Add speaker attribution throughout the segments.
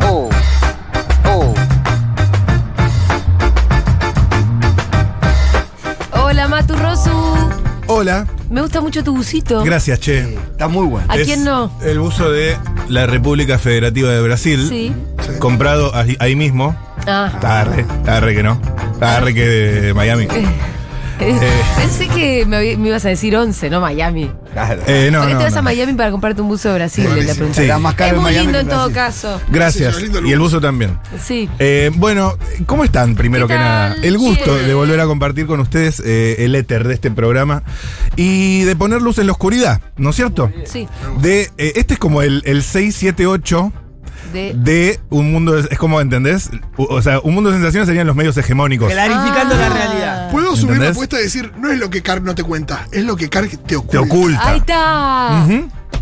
Speaker 1: Oh. Hola.
Speaker 2: Me gusta mucho tu busito.
Speaker 1: Gracias, che.
Speaker 3: Está muy bueno.
Speaker 2: ¿A
Speaker 1: Es
Speaker 2: quién no?
Speaker 1: El buzo de la República Federativa de Brasil.
Speaker 2: Sí.
Speaker 1: Comprado ahí, ahí mismo.
Speaker 2: Ah.
Speaker 1: Arre, arre que no. Arre que de Miami. Eh.
Speaker 2: Pensé que me, habí- me ibas a decir 11, no Miami.
Speaker 3: Claro.
Speaker 1: Eh, no,
Speaker 2: ¿Por qué
Speaker 1: no,
Speaker 2: te vas
Speaker 1: no.
Speaker 2: a Miami para comprarte un buzo de Brasil? Es la pregunta.
Speaker 1: Sí.
Speaker 3: Era más caro
Speaker 2: Es
Speaker 3: en
Speaker 2: muy
Speaker 3: Miami
Speaker 2: lindo
Speaker 3: que
Speaker 2: en todo
Speaker 3: Brasil.
Speaker 2: caso.
Speaker 1: Gracias. Y el buzo también.
Speaker 2: Sí.
Speaker 1: Eh, bueno, ¿cómo están primero
Speaker 2: ¿Qué
Speaker 1: que nada?
Speaker 2: tal?
Speaker 1: El gusto
Speaker 2: Bien.
Speaker 1: de volver a compartir con ustedes eh, el éter de este programa y de poner luz en la oscuridad, ¿no es cierto?
Speaker 2: Sí.
Speaker 1: De, eh, este es como el, el 678
Speaker 2: De,
Speaker 1: de un mundo, de- es como, ¿entendés? U- O sea, un mundo de sensaciones serían los medios hegemónicos.
Speaker 4: Clarificando
Speaker 2: Ah.
Speaker 4: la realidad.
Speaker 5: Puedo subir
Speaker 1: ¿Entendés?
Speaker 5: la apuesta y decir, no es lo que Carr no te cuenta, es lo que Carr te oculta.
Speaker 1: Te oculta.
Speaker 2: Ahí está.
Speaker 1: Ujú,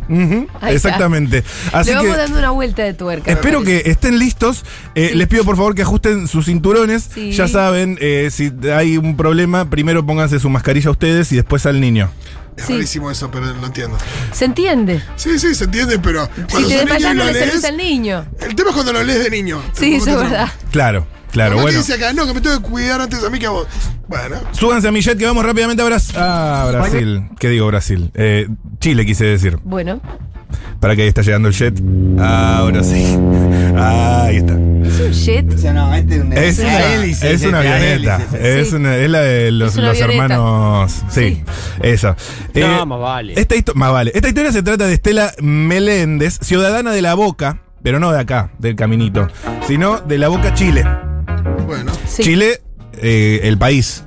Speaker 1: ujú,
Speaker 2: Ahí está.
Speaker 1: Exactamente. Así
Speaker 2: Le vamos
Speaker 1: que
Speaker 2: dando una vuelta de tuerca.
Speaker 1: Espero que estén listos. Eh,
Speaker 2: Sí.
Speaker 1: Les pido por favor que ajusten sus cinturones.
Speaker 2: Sí.
Speaker 1: Ya saben, eh, si hay un problema, primero pónganse su mascarilla ustedes y después al niño.
Speaker 5: Es
Speaker 2: Sí.
Speaker 5: rarísimo eso, pero lo entiendo.
Speaker 2: Se entiende.
Speaker 5: Sí, sí, se entiende, pero
Speaker 2: Si
Speaker 5: cuando
Speaker 2: te
Speaker 5: sos niño
Speaker 2: desmayas
Speaker 5: y
Speaker 2: no
Speaker 5: lo
Speaker 2: le servís
Speaker 5: lees.
Speaker 2: al niño.
Speaker 5: El tema es cuando lo lees de niño.
Speaker 2: Sí, eso
Speaker 5: Tampoco te
Speaker 2: es
Speaker 5: tramo.
Speaker 2: verdad.
Speaker 1: Claro, claro.
Speaker 5: Mamá te
Speaker 1: Bueno,
Speaker 5: dice acá, no, que me tengo que cuidar antes a mí que a vos. Bueno,
Speaker 1: súbanse a mi jet que vamos rápidamente a Brasil. Ah, Brasil. ¿Qué digo Brasil? Eh, Chile quise decir.
Speaker 2: Bueno,
Speaker 1: Para que ahí está llegando el jet. Ahora sí. Ah, ahí está.
Speaker 2: es un jet.
Speaker 3: O sea, no, este es un Este
Speaker 1: Es
Speaker 3: Sí.
Speaker 1: una,
Speaker 3: hélice,
Speaker 1: es
Speaker 3: sí,
Speaker 1: una
Speaker 3: sí,
Speaker 1: avioneta. Eh,
Speaker 3: hélice, sí.
Speaker 1: Es,
Speaker 2: Sí.
Speaker 1: una- es la de los,
Speaker 2: Es una
Speaker 1: los
Speaker 2: avioneta.
Speaker 1: hermanos. Sí, esa.
Speaker 4: No,
Speaker 1: Eh,
Speaker 4: más vale.
Speaker 1: Esta, histo- más vale. Esta historia se trata de Estela Meléndez, ciudadana de La Boca, pero no de acá, del caminito, sino de La Boca, Chile.
Speaker 5: bueno.
Speaker 2: Sí.
Speaker 1: Chile, eh, el país,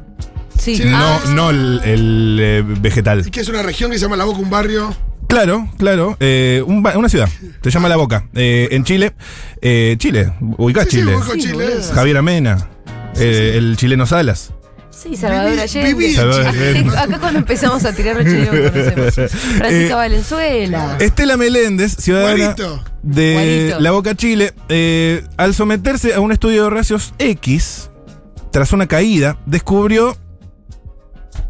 Speaker 2: Sí.
Speaker 1: no,
Speaker 2: Ah,
Speaker 1: no el, el, eh, vegetal.
Speaker 5: Y que es una región que se llama La Boca, un barrio.
Speaker 1: Claro, claro, eh, un ba- una ciudad, se llama La Boca. Eh, en Chile, eh, Chile, ubicás
Speaker 5: Sí, sí,
Speaker 1: Chile.
Speaker 5: ubico
Speaker 2: Sí,
Speaker 5: Chile.
Speaker 2: boludo.
Speaker 1: Javier Amena, eh, el chileno Salas.
Speaker 2: Sí, Salvador
Speaker 5: Viví-
Speaker 2: Allende.
Speaker 5: viví en
Speaker 1: Salvador
Speaker 2: Acá-
Speaker 1: Allende.
Speaker 2: Acá cuando empezamos a tirar los chilenos que conocemos. Francisca
Speaker 1: Eh,
Speaker 2: Valenzuela.
Speaker 1: Estela Meléndez, ciudadana
Speaker 5: Guarito.
Speaker 1: de
Speaker 2: Guarito.
Speaker 1: La Boca Chile, eh, al someterse a un estudio de rayos X, tras una caída, descubrió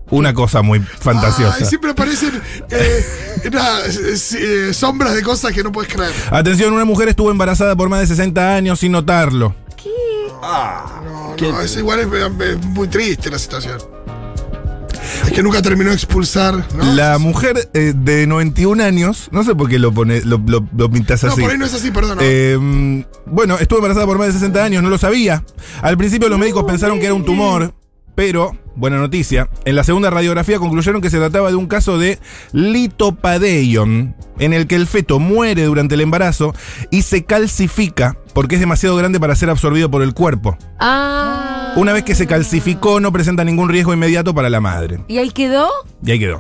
Speaker 1: una cosa muy fantasiosa.
Speaker 5: Ay, siempre aparecen eh, nada, eh, sí, eh, sombras de cosas que no puedes creer.
Speaker 1: Atención, una mujer estuvo embarazada por más de 60 años sin notarlo.
Speaker 5: No, no, es igual es, es muy triste la situación. Es que nunca terminó de expulsar, ¿no?
Speaker 1: La mujer eh, de 91 años, no sé por qué lo, pone, lo, lo- lo pintas
Speaker 5: no,
Speaker 1: así.
Speaker 5: por ahí no es así, perdón. no.
Speaker 1: Eh, bueno, estuvo embarazada por más de 60 años, no lo sabía. Al principio los médicos pensaron que era un tumor, pero, buena noticia, en la segunda radiografía concluyeron que se trataba de un caso de litopadeion, en el que el feto muere durante el embarazo y se calcifica porque es demasiado grande para ser absorbido por el cuerpo.
Speaker 2: Ah.
Speaker 1: Una vez que se calcificó no presenta ningún riesgo inmediato para la madre.
Speaker 2: ¿Y ahí quedó?
Speaker 1: Y ahí quedó.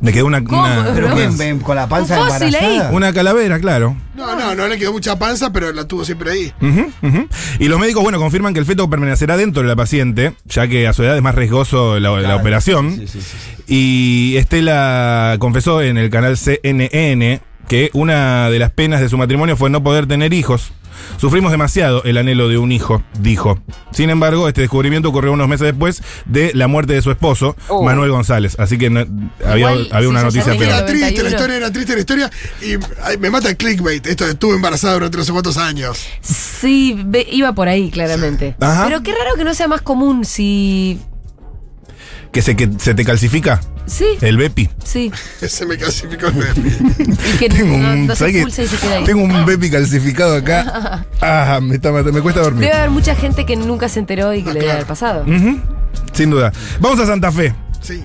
Speaker 1: Me quedó una,
Speaker 2: ¿Cómo,
Speaker 1: una-
Speaker 2: bro?
Speaker 3: ¿Pero
Speaker 1: una-
Speaker 3: quién ven con la panza
Speaker 2: Un fósil ahí.
Speaker 3: embarazada?
Speaker 1: una calavera, claro.
Speaker 5: no, no, no le quedó mucha panza, pero la tuvo siempre ahí.
Speaker 1: Ujú, ujú. Y los médicos, bueno, confirman que el feto permanecerá dentro de la paciente, ya que a su edad es más riesgoso la, la
Speaker 3: Claro.
Speaker 1: operación.
Speaker 3: Sí, sí, sí, sí.
Speaker 1: Y Estela confesó en el canal CNN que una de las penas de su matrimonio fue no poder tener hijos. Sufrimos demasiado el anhelo de un hijo, dijo. Sin embargo, este descubrimiento ocurrió unos meses después de la muerte de su esposo,
Speaker 4: Oh.
Speaker 1: Manuel González. Así que no- había,
Speaker 2: Igual,
Speaker 1: había
Speaker 2: si
Speaker 1: una
Speaker 2: ya
Speaker 1: noticia
Speaker 2: sabía-
Speaker 1: peor.
Speaker 5: Era triste
Speaker 2: 91.
Speaker 5: la historia, era triste la historia. Y ay, me mata el clickbait, esto de estuve embarazada durante no sé cuántos años.
Speaker 2: Sí, ve- iba por ahí, claramente.
Speaker 1: Ajá.
Speaker 2: Pero qué raro que no sea más común si.
Speaker 1: Que se, que se te calcifica
Speaker 2: Sí,
Speaker 1: el Bepi.
Speaker 2: sí.
Speaker 5: Se me clasificó el meme.
Speaker 2: Y que
Speaker 1: Tengo
Speaker 2: no,
Speaker 1: un,
Speaker 2: no se
Speaker 1: ¿sabes qué?
Speaker 2: expulsa y se queda ahí.
Speaker 1: Tengo un baby calcificado acá. Ah, me, está matando, me cuesta dormir.
Speaker 2: Debe haber mucha gente que nunca se enteró y que le debe haber pasado.
Speaker 1: Ujú, Sin duda. Vamos a Santa Fe.
Speaker 5: Sí.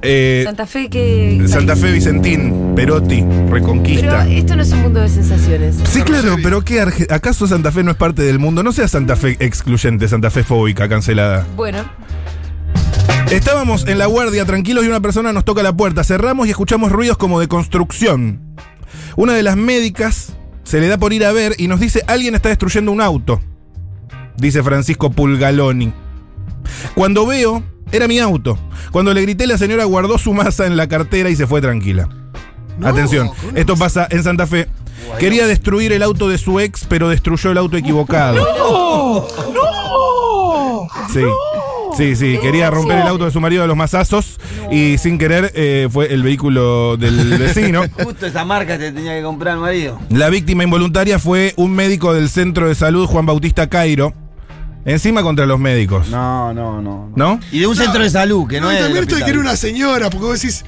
Speaker 1: Eh,
Speaker 2: Santa Fe que.
Speaker 1: Santa Fe, Vicentín, Perotti,
Speaker 2: Pero eh,
Speaker 1: Reconquista.
Speaker 2: esto no es un mundo de sensaciones.
Speaker 1: Sí, claro,
Speaker 5: Rosario.
Speaker 1: pero ¿qué? Arge- ¿Acaso Santa Fe no es parte del mundo? No sea Santa Fe excluyente, Santa Fe fóbica, cancelada.
Speaker 2: Bueno,
Speaker 1: Estábamos en la guardia tranquilos y una persona nos toca la puerta. Cerramos y escuchamos ruidos como de construcción. Una de las médicas se le da por ir a ver y nos dice alguien está destruyendo un auto. Dice Francisco Pulgaloni. Cuando veo, era mi auto. Cuando le grité, la señora guardó su masa en la cartera y se fue tranquila. Atención,
Speaker 5: ¿cómo
Speaker 1: esto pasa en Santa Fe. Quería destruir el auto de su ex, pero destruyó el auto equivocado. Sí. Sí, sí, quería romper el auto de su marido a los mazazos y sin querer eh, fue el vehículo del vecino.
Speaker 3: Justo esa marca te tenía que comprar marido.
Speaker 1: La víctima involuntaria fue un médico del centro de salud Juan Bautista Cairo, Encima contra los médicos.
Speaker 3: No, no, no.
Speaker 1: ¿No?
Speaker 3: Y de un centro de salud, que no,
Speaker 5: y
Speaker 3: es.
Speaker 5: también
Speaker 3: del
Speaker 5: esto de que
Speaker 3: hospital.
Speaker 5: era una señora, porque vos decís,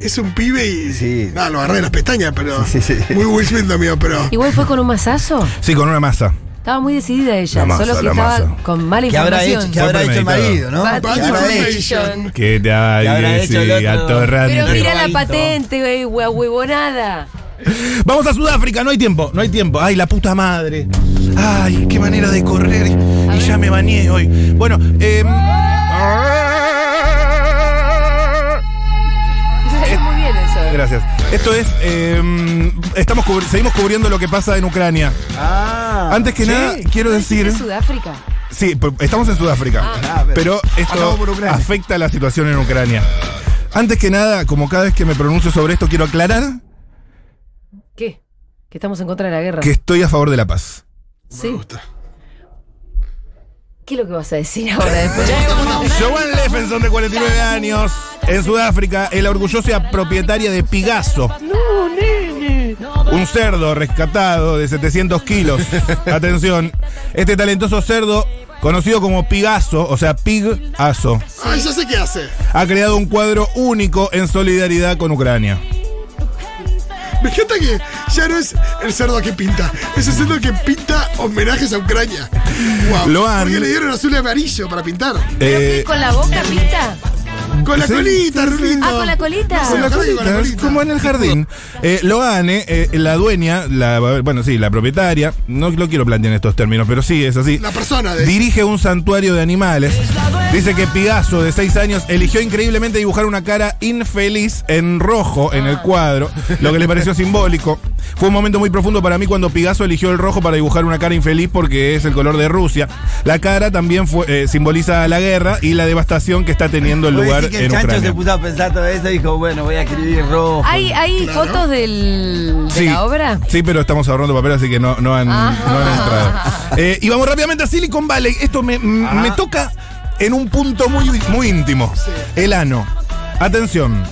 Speaker 5: es un pibe y.
Speaker 3: Sí.
Speaker 5: Nada, lo agarré de las pestañas, pero.
Speaker 3: Sí, sí, sí.
Speaker 5: Muy Will Smith, amigo, pero.
Speaker 2: Igual fue con un masazo.
Speaker 1: Sí, con una masa.
Speaker 2: Estaba muy decidida ella,
Speaker 1: La masa,
Speaker 2: solo que
Speaker 1: la
Speaker 2: estaba
Speaker 1: masa.
Speaker 2: con mala
Speaker 3: ¿Qué habrá hecho,
Speaker 2: información.
Speaker 3: qué habrá hecho el marido, no?
Speaker 2: Bad
Speaker 3: ¿Qué
Speaker 5: Bad
Speaker 3: habrá
Speaker 5: information.
Speaker 3: hecho?
Speaker 1: ¿Qué
Speaker 3: ¿Qué habrá
Speaker 1: tal?
Speaker 3: hecho el
Speaker 1: Sí,
Speaker 3: otro?
Speaker 1: atorrante.
Speaker 2: Pero mira la
Speaker 3: Robadito.
Speaker 2: patente, güey, hue- huevonada.
Speaker 1: Vamos a Sudáfrica, no hay tiempo, no hay tiempo. Ay, la puta madre. Ay, qué manera de correr. Y ya me bañé hoy. Bueno, eh...
Speaker 2: Ah. Salió muy bien eso.
Speaker 1: Gracias. Esto es. eh, estamos cubri- seguimos cubriendo lo que pasa en Ucrania.
Speaker 3: Ah.
Speaker 1: Antes que nada, quiero decir.
Speaker 2: ¿Es Sudáfrica?
Speaker 1: Sí, p- estamos en Sudáfrica.
Speaker 3: Ah, pero-
Speaker 1: pero esto
Speaker 3: Acabó por Ucrania.
Speaker 1: afecta la situación en Ucrania. Antes que nada, como cada vez que me pronuncio sobre esto, quiero aclarar
Speaker 2: ¿Qué? Que estamos en contra de la guerra.
Speaker 1: que estoy a favor de la paz.
Speaker 2: Sí.
Speaker 5: Me gusta.
Speaker 2: ¿Qué es lo que vas a decir ahora después?
Speaker 1: Joan Leffenson, de 49 años, en Sudáfrica, es la orgullosa propietaria de Pigasso. Un cerdo rescatado de 700 kilos. Atención, este talentoso cerdo, conocido como Pigasso, o sea, Pigasso,
Speaker 5: Ay, ya sé qué hace.
Speaker 1: ha creado un cuadro único en solidaridad con Ucrania.
Speaker 5: Me encanta que ya no es el cerdo que pinta, es el cerdo que pinta homenajes a Ucrania. Wow.
Speaker 1: Lo han-
Speaker 5: Porque le dieron azul y amarillo para pintar.
Speaker 2: ¿Pero
Speaker 1: Eh,
Speaker 2: qué? ¿Con la boca pinta?
Speaker 5: Con la
Speaker 1: Sí,
Speaker 5: colita, Rulito.
Speaker 2: Ah, con la colita.
Speaker 5: Sí,
Speaker 1: Con la
Speaker 5: ojalá que con la
Speaker 1: colita,
Speaker 5: colita.
Speaker 1: como en el jardín. Eh, Loane, eh, la dueña, la, bueno, sí, la propietaria, no lo quiero plantear en estos términos, pero sí, es así.
Speaker 5: La persona de.
Speaker 1: Dirige un santuario de animales. Dice que Pigasso, de 6 años, eligió increíblemente dibujar una cara infeliz en rojo en el cuadro, lo que le pareció simbólico. Fue un momento muy profundo para mí cuando Pigasso eligió el rojo para dibujar una cara infeliz porque es el color de Rusia. La cara también fue, eh, simboliza la guerra y la devastación que está teniendo el
Speaker 3: Vos
Speaker 1: lugar
Speaker 3: decís que
Speaker 1: en
Speaker 3: el chancho
Speaker 1: Ucrania.
Speaker 3: se puso a pensar todo eso y dijo, bueno, voy a escribir rojo.
Speaker 2: ¿Hay, hay
Speaker 5: Claro.
Speaker 2: fotos del, de la obra?
Speaker 1: Sí, pero estamos ahorrando papel, así que no, no, han,
Speaker 2: Ah.
Speaker 1: no han entrado. Eh, y vamos rápidamente a Silicon Valley. Esto me, m-
Speaker 3: Ah.
Speaker 1: me toca en un punto muy, muy íntimo. El ano. Atención.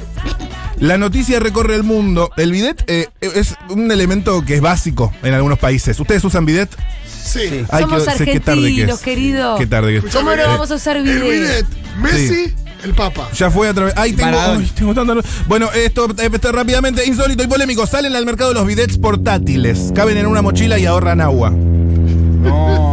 Speaker 1: La noticia recorre el mundo. El bidet eh, es un elemento que es básico en algunos países. ¿Ustedes usan bidet?
Speaker 5: Sí.
Speaker 3: Sí.
Speaker 1: Ay,
Speaker 2: Somos
Speaker 1: qué- sé qué tarde que es.
Speaker 2: argentinos, querido.
Speaker 1: Qué tarde que es.
Speaker 2: ¿Cómo no
Speaker 5: Eh,
Speaker 2: vamos a usar
Speaker 5: El
Speaker 2: video?
Speaker 5: Bidet, Messi, el Papa.
Speaker 1: Ya fue a través. Ay, tengo,
Speaker 3: Maradona.
Speaker 1: ay, tengo tanta luz. Bueno, esto, eh, esto rápidamente, insólito y polémico. Salen al mercado los bidets portátiles. Caben en una mochila y ahorran agua.
Speaker 3: No.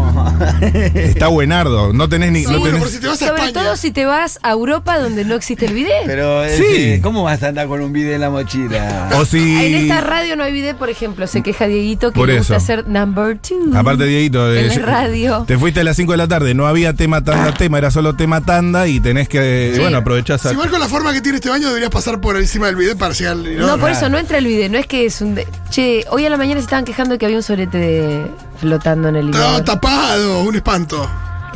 Speaker 1: Está buenardo, no tenés ni. no
Speaker 5: Seguro,
Speaker 1: tenés-
Speaker 5: por si te vas a
Speaker 2: Sobre
Speaker 5: España.
Speaker 2: todo si te vas a Europa donde no existe el bidet.
Speaker 3: Pero,
Speaker 1: Sí.
Speaker 3: ese, ¿cómo vas a andar con un bidet en la mochila?
Speaker 1: O si.
Speaker 2: Ah, En esta radio no hay bidet, por ejemplo. Se queja Dieguito que
Speaker 1: Por
Speaker 2: le gusta
Speaker 1: eso.
Speaker 2: ser number two.
Speaker 1: Aparte, Dieguito.
Speaker 2: En
Speaker 1: eh,
Speaker 2: la
Speaker 1: yo-
Speaker 2: radio. Ah.
Speaker 1: Te fuiste a las 5 de la tarde, no había tema tanda, tema, era solo tema tanda y tenés que.
Speaker 2: Sí.
Speaker 1: Bueno, aprovechás a.
Speaker 5: Si vas con la forma que tiene este baño, deberías pasar por encima del bidet para llegar al.
Speaker 2: No, por eso no entra el bidet. No es que es un. de- Che, hoy a la mañana se estaban quejando de que había un solete de- flotando en el
Speaker 5: Estaba
Speaker 2: bidet.
Speaker 5: tapado, un espanto.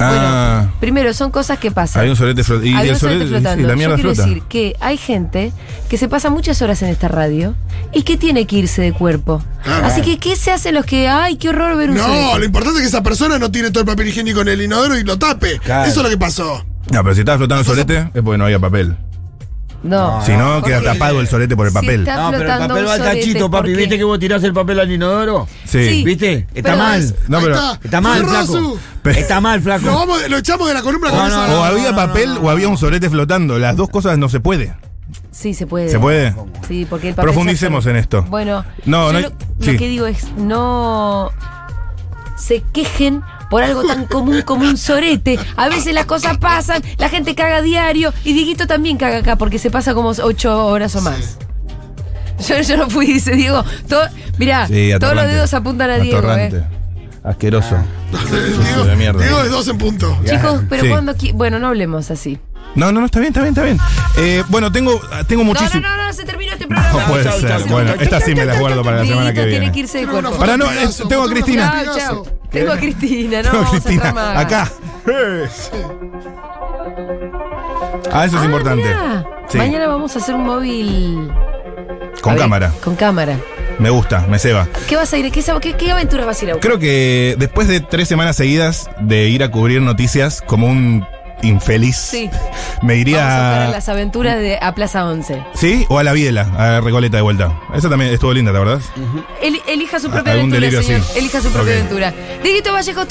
Speaker 1: Ah,
Speaker 2: Primero, son cosas que pasan.
Speaker 1: hay un solete flotando. Y
Speaker 2: Había
Speaker 1: el
Speaker 2: un solete
Speaker 1: solete.
Speaker 2: flotando.
Speaker 1: sí, la
Speaker 2: Yo
Speaker 1: mierda
Speaker 2: quiero
Speaker 1: flota.
Speaker 2: decir que hay gente que se pasa muchas horas en esta radio y que tiene que irse de cuerpo.
Speaker 5: Claro.
Speaker 2: Así que, ¿qué se hacen los que, ay, qué horror ver un
Speaker 5: No,
Speaker 2: solete?
Speaker 5: lo importante es que esa persona no tiene todo el papel higiénico en el inodoro y lo tape.
Speaker 3: Claro.
Speaker 5: Eso es lo que pasó.
Speaker 1: No, pero si estaba flotando el solete, es porque no había papel.
Speaker 2: No.
Speaker 1: Si no, queda
Speaker 2: Porque
Speaker 1: tapado el solete por el
Speaker 2: si
Speaker 1: papel.
Speaker 2: está-
Speaker 3: No, pero el
Speaker 2: flotando
Speaker 3: papel
Speaker 2: un
Speaker 3: va al
Speaker 2: solete,
Speaker 3: tachito, papi.
Speaker 2: ¿por qué?
Speaker 3: ¿Viste que vos tirás el papel al inodoro?
Speaker 1: Sí.
Speaker 2: Sí.
Speaker 3: ¿Viste? Está
Speaker 2: Pero
Speaker 3: mal.
Speaker 2: es-
Speaker 1: No,
Speaker 5: Ahí
Speaker 1: pero.
Speaker 5: está.
Speaker 3: Está mal,
Speaker 5: Ferrazu.
Speaker 3: flaco.
Speaker 1: Pero-
Speaker 3: Está mal, flaco.
Speaker 5: Lo, vamos- lo echamos de la columna
Speaker 3: No,
Speaker 5: con
Speaker 3: no,
Speaker 5: esa.
Speaker 1: O había
Speaker 3: no,
Speaker 1: papel o había un solete flotando. Las dos cosas no se puede.
Speaker 2: Sí, se puede.
Speaker 1: ¿Se puede?
Speaker 2: Sí, porque el papel
Speaker 1: Profundicemos
Speaker 2: se hace-
Speaker 1: en esto.
Speaker 2: Bueno,
Speaker 1: No,
Speaker 2: yo
Speaker 1: no hay-
Speaker 2: lo, lo
Speaker 1: sí.
Speaker 2: que digo es no se quejen por algo tan común como un sorete. A veces las cosas pasan, la gente caga a diario y Dieguito también caga acá porque se pasa como ocho horas o más. Yo, yo no fui, dice Diego. Todo, mirá,
Speaker 1: Sí,
Speaker 2: todos los
Speaker 1: atorrante.
Speaker 2: dedos apuntan a Diego.
Speaker 1: Atorrante.
Speaker 2: eh. Ah.
Speaker 1: Asqueroso.
Speaker 5: Diego,
Speaker 1: de mierda.
Speaker 5: Diego es dos en punto.
Speaker 2: Chicos, pero
Speaker 1: Sí.
Speaker 2: cuando... qui- Bueno, no hablemos así.
Speaker 1: No, no, no, está bien, está bien, está bien. Eh, bueno, tengo, tengo
Speaker 2: No, no,
Speaker 1: muchísimo.
Speaker 2: no, no, se terminó este programa.
Speaker 1: No puede
Speaker 3: Chau, chau,
Speaker 1: ser.
Speaker 3: chau,
Speaker 1: bueno,
Speaker 3: chau,
Speaker 1: estas sí me las guardo para la semana que
Speaker 2: Dieguito tiene
Speaker 1: viene.
Speaker 2: que irse de
Speaker 5: Tengo una
Speaker 2: cuerpo.
Speaker 5: foto
Speaker 1: Pará, no,
Speaker 5: de Picasso,
Speaker 1: es- tengo a
Speaker 5: foto de
Speaker 1: Cristina.
Speaker 5: Picasso.
Speaker 2: Chao, chao. Tengo a Cristina, no,
Speaker 1: No,
Speaker 2: vamos a entrar
Speaker 1: Cristina,
Speaker 2: más.
Speaker 1: acá. Ah, eso es
Speaker 2: Ah,
Speaker 1: importante.
Speaker 2: mirá.
Speaker 1: Sí,
Speaker 2: Mañana vamos a hacer un móvil.
Speaker 1: con
Speaker 2: A ver,
Speaker 1: cámara.
Speaker 2: Con cámara.
Speaker 1: Me gusta, me ceba.
Speaker 2: ¿Qué vas a ir? ¿Qué, sab- qué, qué aventuras vas a ir a buscar?
Speaker 1: Creo que después de tres semanas seguidas de ir a cubrir noticias como un infeliz,
Speaker 2: Sí.
Speaker 1: me
Speaker 2: Vamos a buscar
Speaker 1: iría.
Speaker 2: las aventuras de a Plaza 11.
Speaker 1: ¿Sí? O a la Biela, a Recoleta de vuelta. Esa también estuvo linda, ¿te acordás?
Speaker 2: El- elija su propia
Speaker 1: algún
Speaker 2: aventura,
Speaker 1: delirio
Speaker 2: señor.
Speaker 1: así.
Speaker 2: Elija su propia
Speaker 1: Ok.
Speaker 2: aventura. Dieguito Vallejo